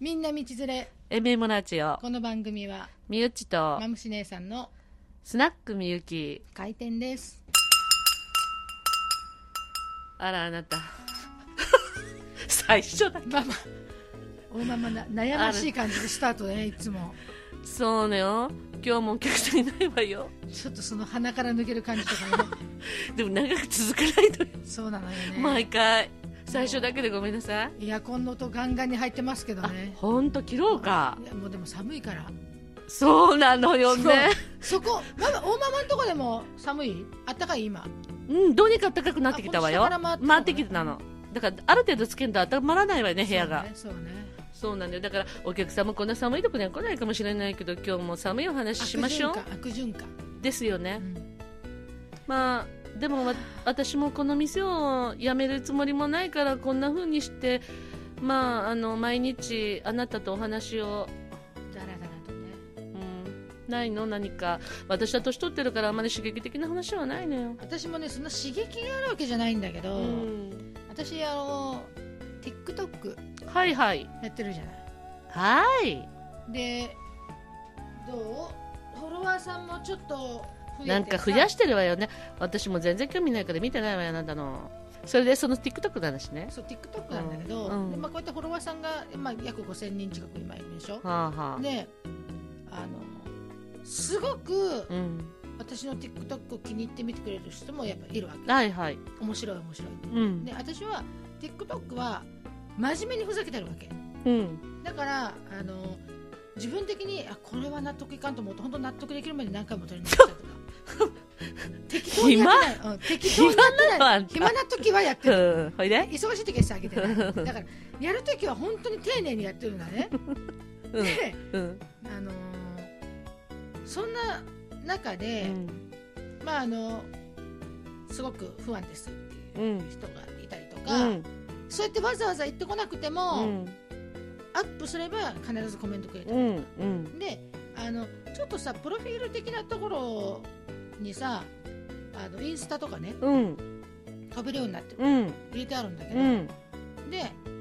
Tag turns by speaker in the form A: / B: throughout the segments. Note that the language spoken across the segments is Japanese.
A: みんな道連れ
B: エメモラジオ
A: この番組は
B: みゆちと
A: マムシ姉さんの
B: スナックみゆき
A: 開店です
B: あらあな た最初だ
A: まあまあおままな悩ましい感じでスタートだねいつも
B: そうねよ今日もお客さんいないわよ
A: ちょっとその鼻から抜ける感じとかね
B: でも長く続かないとよ
A: そうなのよね、
B: 毎回最初だけでごめんなさい
A: エアコンの音ガンガンに入ってますけど
B: あ
A: ね
B: ほんと切ろうか
A: いやもうでも寒いから
B: そうなのよね
A: そうそこママ大ママのとこでも寒いあったかい今
B: うんどうにか暖かくなってきたわよ
A: あこっちから回ってきたのね
B: 回ってきてたのだからある程度つけんと温まらないわよね部屋が
A: そうねそうね
B: そうなんだよだからお客さんもこんな寒いとこには来ないかもしれないけど今日も寒いお話ししましょう
A: 悪循環悪循環、
B: ですよ
A: う
B: ね
A: ん
B: まあでもわ私もこの店を辞めるつもりもないからこんな風にしてまああの毎日あなたとお話を、
A: だらだらとね
B: うん、ないの何か私は年取ってるからあまり刺激的な話はないのよ、
A: 私もねそんな刺激があるわけじゃないんだけ
B: う
A: ど、
B: ん、
A: 私あの TikTok
B: はいはい
A: やってるじゃない
B: はい
A: でどうフォロワーさんもちょっと増えて
B: なんか増や
A: し
B: してるわよね私も全然興味ないから見てないわよあなたのそれでその TikTok の話ね
A: そう TikTok なんだけど、
B: うんうん
A: でまあ、こういったフォロワーさんが、まあ、約5000人近く今いるでしょ、
B: はあはあ
A: であのすごく
B: うん
A: 私の TikTok を気に入って見てくれる人もやっぱいるわけ
B: はいはい
A: 面白い面白いって
B: うん
A: で私は TikTok は真面目にふざけてるわけ
B: うん
A: だからあの自分的にあこれは納得いかんと思うと本当納得できるまで何回も取り直したりとか 適当にやってない、うん、適当にやって
B: 暇なのあ
A: なんい
B: た
A: 暇な時はやって
B: う
A: る
B: んほいで
A: 忙しい時はしてあげてないだからやる時は本当に丁寧にやってるんだね
B: うん
A: で、
B: うん
A: あのーそんな中
B: う
A: で、
B: ん
A: まああのすごく不安ですって
B: う
A: い
B: ん
A: う人がいたりと
B: う
A: か、
B: ん
A: そうやってわざわざ言ってこなくて
B: う
A: も、
B: ん
A: アップすれば必ずコメントくれたりと
B: う
A: か
B: んうん
A: であのちょっとさプロフィール的なところにさあのインスタとかね
B: うん
A: 飛べるようになってる
B: うん
A: 入れてあるんだけ
B: う
A: ど、
B: ん
A: で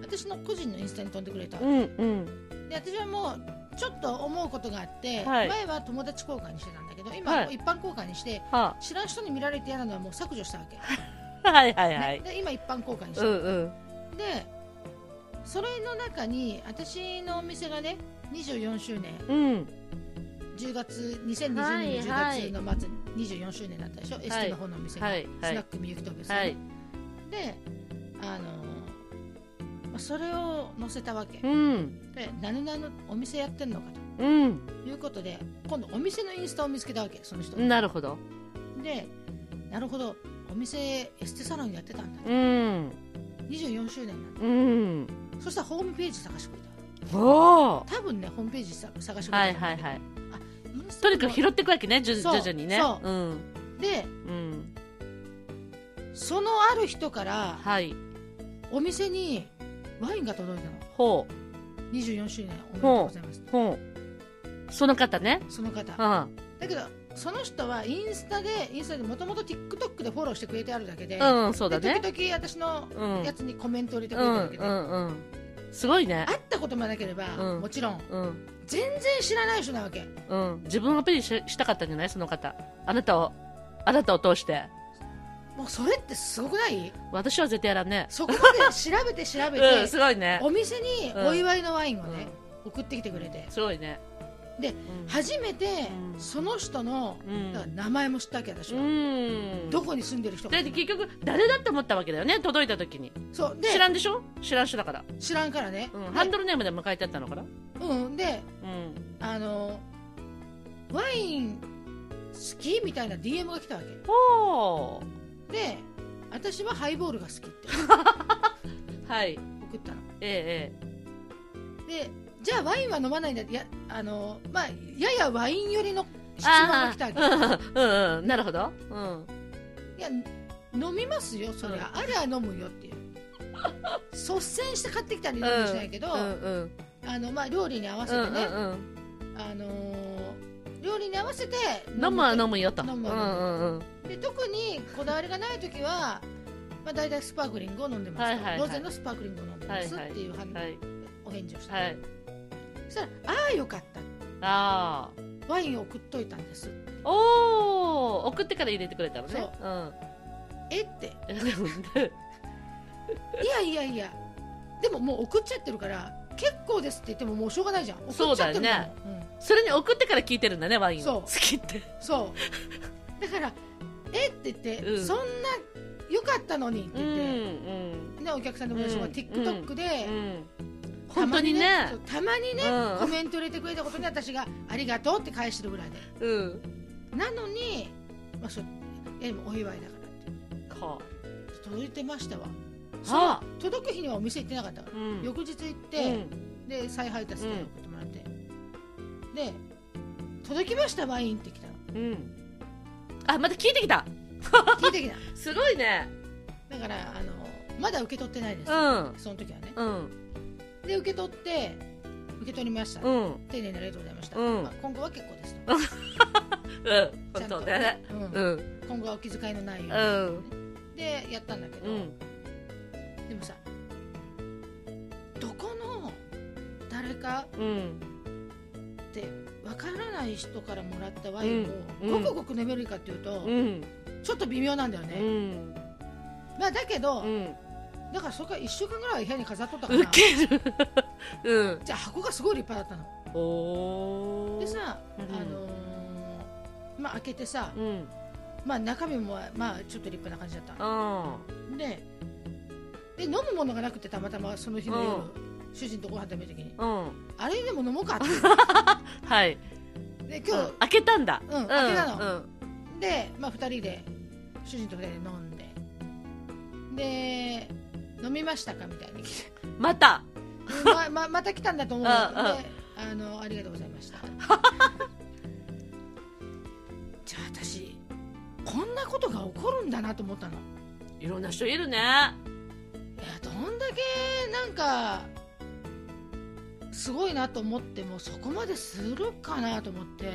A: 私の個人のインスタに飛んでくれた、
B: うん
A: で私はもうちょっと思うことがあって、
B: はい
A: 前は友達交換にしてたんだけど今、
B: はい
A: 一般交換にして
B: は
A: 知らん人に見られて嫌なのはもう削除したわけ、
B: あはいはいは
A: ね
B: い
A: で今一般交換にし
B: う
A: て、
B: んうん
A: でそれの中に私のお店がね24周年
B: うん
A: 10月2020年の
B: はい
A: 10月の末24周年だったでしょ、エステの方のお店が、
B: はいはい
A: スナックみゆきとべさん、
B: はい
A: であのーまあそれを載せたわけ
B: うん
A: で「なぬなぬお店やってんのか」
B: うん
A: ということで今度お店のインスタを見つけたわけその人
B: なるほど
A: でなるほどお店エステサロンやってたんだ
B: うん
A: 24周年なんだ
B: うん
A: そしたらホームページ探してくれた
B: おお
A: 多分ねホームページさ探してくれた
B: はいはいはい
A: インスタ
B: と
A: で
B: に
A: も
B: かく拾っていくわけね徐々
A: そう
B: 徐々にね
A: そう
B: うん
A: で
B: うん
A: そのある人から
B: はい
A: お店にワインが届いたの
B: ほ
A: 24周年おめでとうございます
B: うほうその方ね
A: その方
B: う
A: だ
B: ん
A: けどその人はインスタでインスタでもともと TikTok でフォローしてくれてあるだけで,、
B: うんそうだ
A: で
B: ね
A: 時々私の
B: うん
A: やつにコメントを入れてく
B: う
A: れてるだ
B: ん
A: けで、
B: うんうんすごいね
A: 会ったこともなければ、
B: うん
A: もちろん
B: うん
A: 全然知らない人なわけ
B: うん自分をアピールししたかったんじゃないその方あなたをあなたを通して
A: もうそれってすごくない
B: 私は絶対やらんね
A: そこまで調べて調べ
B: うん
A: て、
B: すごいね
A: お店にお祝いのワインをね、送ってきてくれて
B: すごいね
A: で
B: うん
A: 初めて
B: うん
A: その人の、
B: うん
A: だから名前も知ったわけ私
B: う
A: は、
B: ん
A: どこに住んでる人か
B: だって結局誰だって思ったわけだよね届いた時に
A: そうで
B: 知らんでしょ知らん人だから、
A: 知らんからね、
B: うん、
A: で
B: ハンドルネームで迎えてあったのかな
A: うん、で
B: うん
A: あのワイン好きみたいな DM が来たわけ
B: ほう
A: で私はハイボールが好きって
B: はい
A: 送ったの
B: ええ
A: でじゃあワインは飲まないんだってやあの、まあ、ややワイン寄りの質問が来たわけ
B: ええ うんうんなるほどうん
A: いや飲みますよそりゃ、ありゃ飲むよっていう率先して買ってきたり飲んでしないけど、
B: うんうん
A: あのまあ、料理に合わせ
B: う
A: て
B: ん
A: ね、
B: うん
A: あのー料理に合わせて
B: うん飲むは飲むよと
A: 飲む
B: う
A: は飲む
B: んうんうん
A: で特にこだわりがない時は、まあ、大体スパークリングを飲んでますと、
B: はいはいは
A: ロ
B: い
A: ゼのスパークリングを飲んでます
B: はいはい
A: っていう反応、
B: はい
A: お返事をした、
B: はい
A: そしたら「ああよかった
B: ああ
A: ワインを送っといたんです
B: おお送ってから入れてくれたのね
A: そうえって」いやいやいやでももう送っちゃってるから結構ですって言ってももうしょうがないじゃん送っちゃってるからそう,、
B: うん、それに送ってから聞いてるんだねワインを
A: そう
B: 好きって
A: ん、 そうだから「えっ?」て言って、
B: うん
A: そんなよかったのに」って
B: うん
A: 言って、
B: うん
A: ね、お客さんでも私は
B: うん
A: TikTok で、
B: うん
A: た
B: 本当
A: ま
B: にね
A: そうたまにね、
B: うん
A: コメント入れてくれたことに私が「ありがとう」って返してるぐらいで
B: うん
A: なのに、まあ、そういやでもお祝いだからって
B: か
A: 届いてましたわ
B: あ
A: そう届く日にはお店行ってなかったから、
B: うん
A: 翌日行っ
B: う
A: て、
B: ん
A: で再配達で送ってもらって、で「届きましたワイン」って来たの
B: うんあまた聞いてきた
A: 聞いてきた
B: すごいね
A: だからあのまだ受け取ってないです、
B: うん
A: その時はね
B: うん
A: で受け取って受け取りました、
B: うん
A: 丁寧にありがとうございました、
B: うん
A: まあ、今後は結構ですと
B: うん
A: ちゃ
B: 本
A: んと
B: 当だね
A: うん
B: うん
A: 今後はお気遣いのないよう
B: う
A: に、
B: ん
A: でやったんだけど、
B: うん
A: でもさどこの誰か
B: うん
A: ってわからない人からもらったワインを、
B: うんうん
A: ごくごく眠るかっていうと、
B: うん
A: ちょっと微妙なんだよね、
B: うん
A: まあだけど、
B: うん
A: だからそれから1週間ぐらいは部屋に飾っとったから
B: ウケるうん
A: じゃあ箱がすごい立派だったの
B: おお
A: でさ、
B: うん
A: あのーまあ開けてさ、
B: うん
A: まあ中身もまあちょっと立派な感じだった
B: あ
A: でで飲むものがなくてたまたまその日の夜、主人とご飯食べる時に
B: ーうん
A: あれでも飲もう かって
B: はい
A: で今日
B: うん開けたんだ
A: うん開けたの
B: うん
A: で、まあ、2人で主人と2人で飲んでで飲みましたかみたい に来て
B: また
A: まままた来たんだと思う
B: うん
A: で
B: うん
A: あのありがとうございました じゃあ私こんなことが起こるんだなと思ったのい
B: いろんな人いるね
A: やどんだけなんかすごいなと思ってもそこまでするかなと思って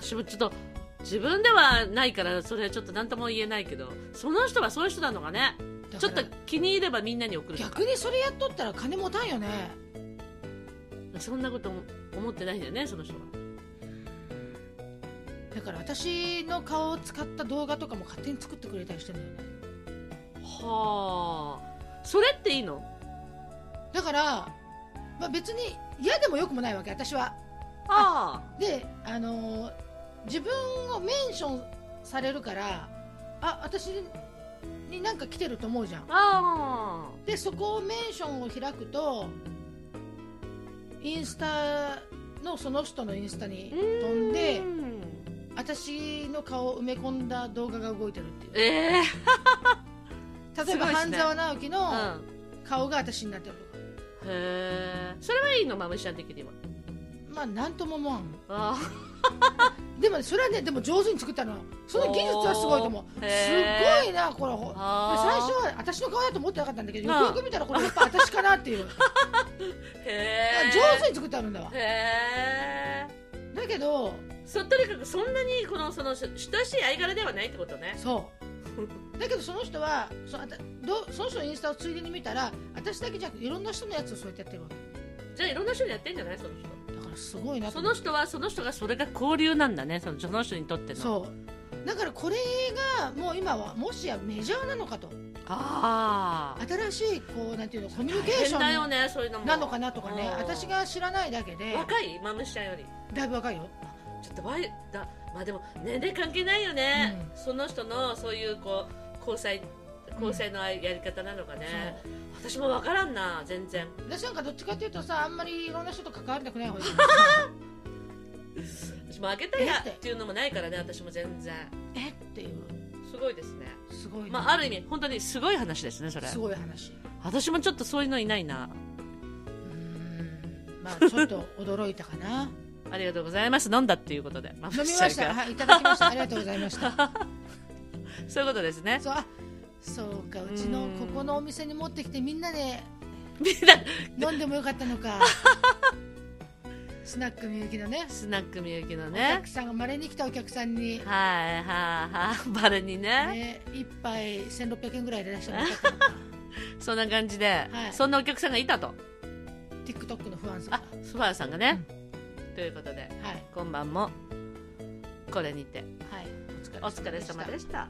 B: 私もちょっと自分ではないからそれはちょっと何とも言えないけどその人がそういう人なのかね
A: だ
B: ち
A: か
B: ょっと
A: ら
B: 気に入ればみんなに送るとか
A: 逆にそれやっとったら金持たんよね
B: そんなことも思ってないんだよねその人は
A: だから私の顔を使った動画とかも勝手に作ってくれたりしてるんだよね
B: はあそれっていいの
A: だから、まあ、別に嫌でもよくもないわけ私は
B: あ
A: であのー自分をメンションされるからあ私になんか来てると思うじゃん
B: ああ
A: でそこをメンションを開くとインスタのその人のインスタに
B: あ
A: 飛んで
B: うん
A: 私の顔を埋め込んだ動画が動いてるっていう
B: ええ
A: 例えば
B: すごいっすね
A: 半沢直樹の
B: うん
A: 顔が私になってるとか、
B: へえそれはいいのマムシャン的には
A: まあなんとも思わん
B: あ
A: でもねそれはねでも上手に作ったのよその技術はすごいと思う
B: お
A: す
B: ーへー
A: ごいなこれほ最
B: あ
A: 初は私の顔だと思ってなかったんだけどよ
B: あ
A: く
B: ー
A: よく見たらこれやっぱ私かなっていう
B: へえ
A: 上手に作ってあるんだわ
B: へえ
A: だけど
B: そとにかくそんなにこのそのし親しい間柄ではないってことね
A: そうだけどその人はそあたどうその人のインスタをついでに見たら私だけじゃなくいろんな人のやつをそうやってやってるわけ
B: じゃあいろんな人にやってんじゃないその人
A: だからすごいなと
B: そ
A: 思
B: の
A: って
B: 人はその人がそれが交流なんだねそのその人にとってのう
A: そうだからこれがもう今はもしやメジャーなのかと
B: ああ
A: 新しいこうなんていうのコミュニケーシ
B: だよ
A: ョン
B: ねそういうのも
A: なのかなとかね
B: うん
A: 私が知らないだけで
B: 若いマムシちゃんより
A: だいぶ若いよ
B: ちょっとワイだまあでも年齢関係ないよね、
A: う
B: その人のそういうこう交際交際のあやり方なのかね、私もわからんな全然
A: 私なんかどっちかっていうとさあんまりいろんな人と関わりたくない方がいい
B: 私も開けたいなっ
A: えって
B: ていうのもないからね私も全然
A: えっていう
B: すごいですね
A: すごいね、
B: まあ、ある意味本当にすごい話ですねそれ
A: すごい話
B: 私もちょっとそういうのいないな
A: うーんま あちょっと驚いたかな
B: ありがとうございます飲んだっていうことで飲みま
A: 飲みましたはいいただきましたありがとうございました
B: そういうことですね
A: そうあそうかうちのここのお店に持ってきてみんなで
B: みんな
A: 飲んでもよかったの かスナックみゆきのね
B: スナックみゆきの
A: お
B: ね
A: 客さんがまれに来たお客さんに、
B: はいはいはいバレにね
A: ね、一杯1600円ぐらいで出してもらったのか
B: そんな感じで、
A: はい
B: そんなお客さんがいたと
A: TikTok の不安さん
B: あスバルさんがね、ということで
A: はい
B: 今晩もこれにて
A: はい
B: お疲れ様でした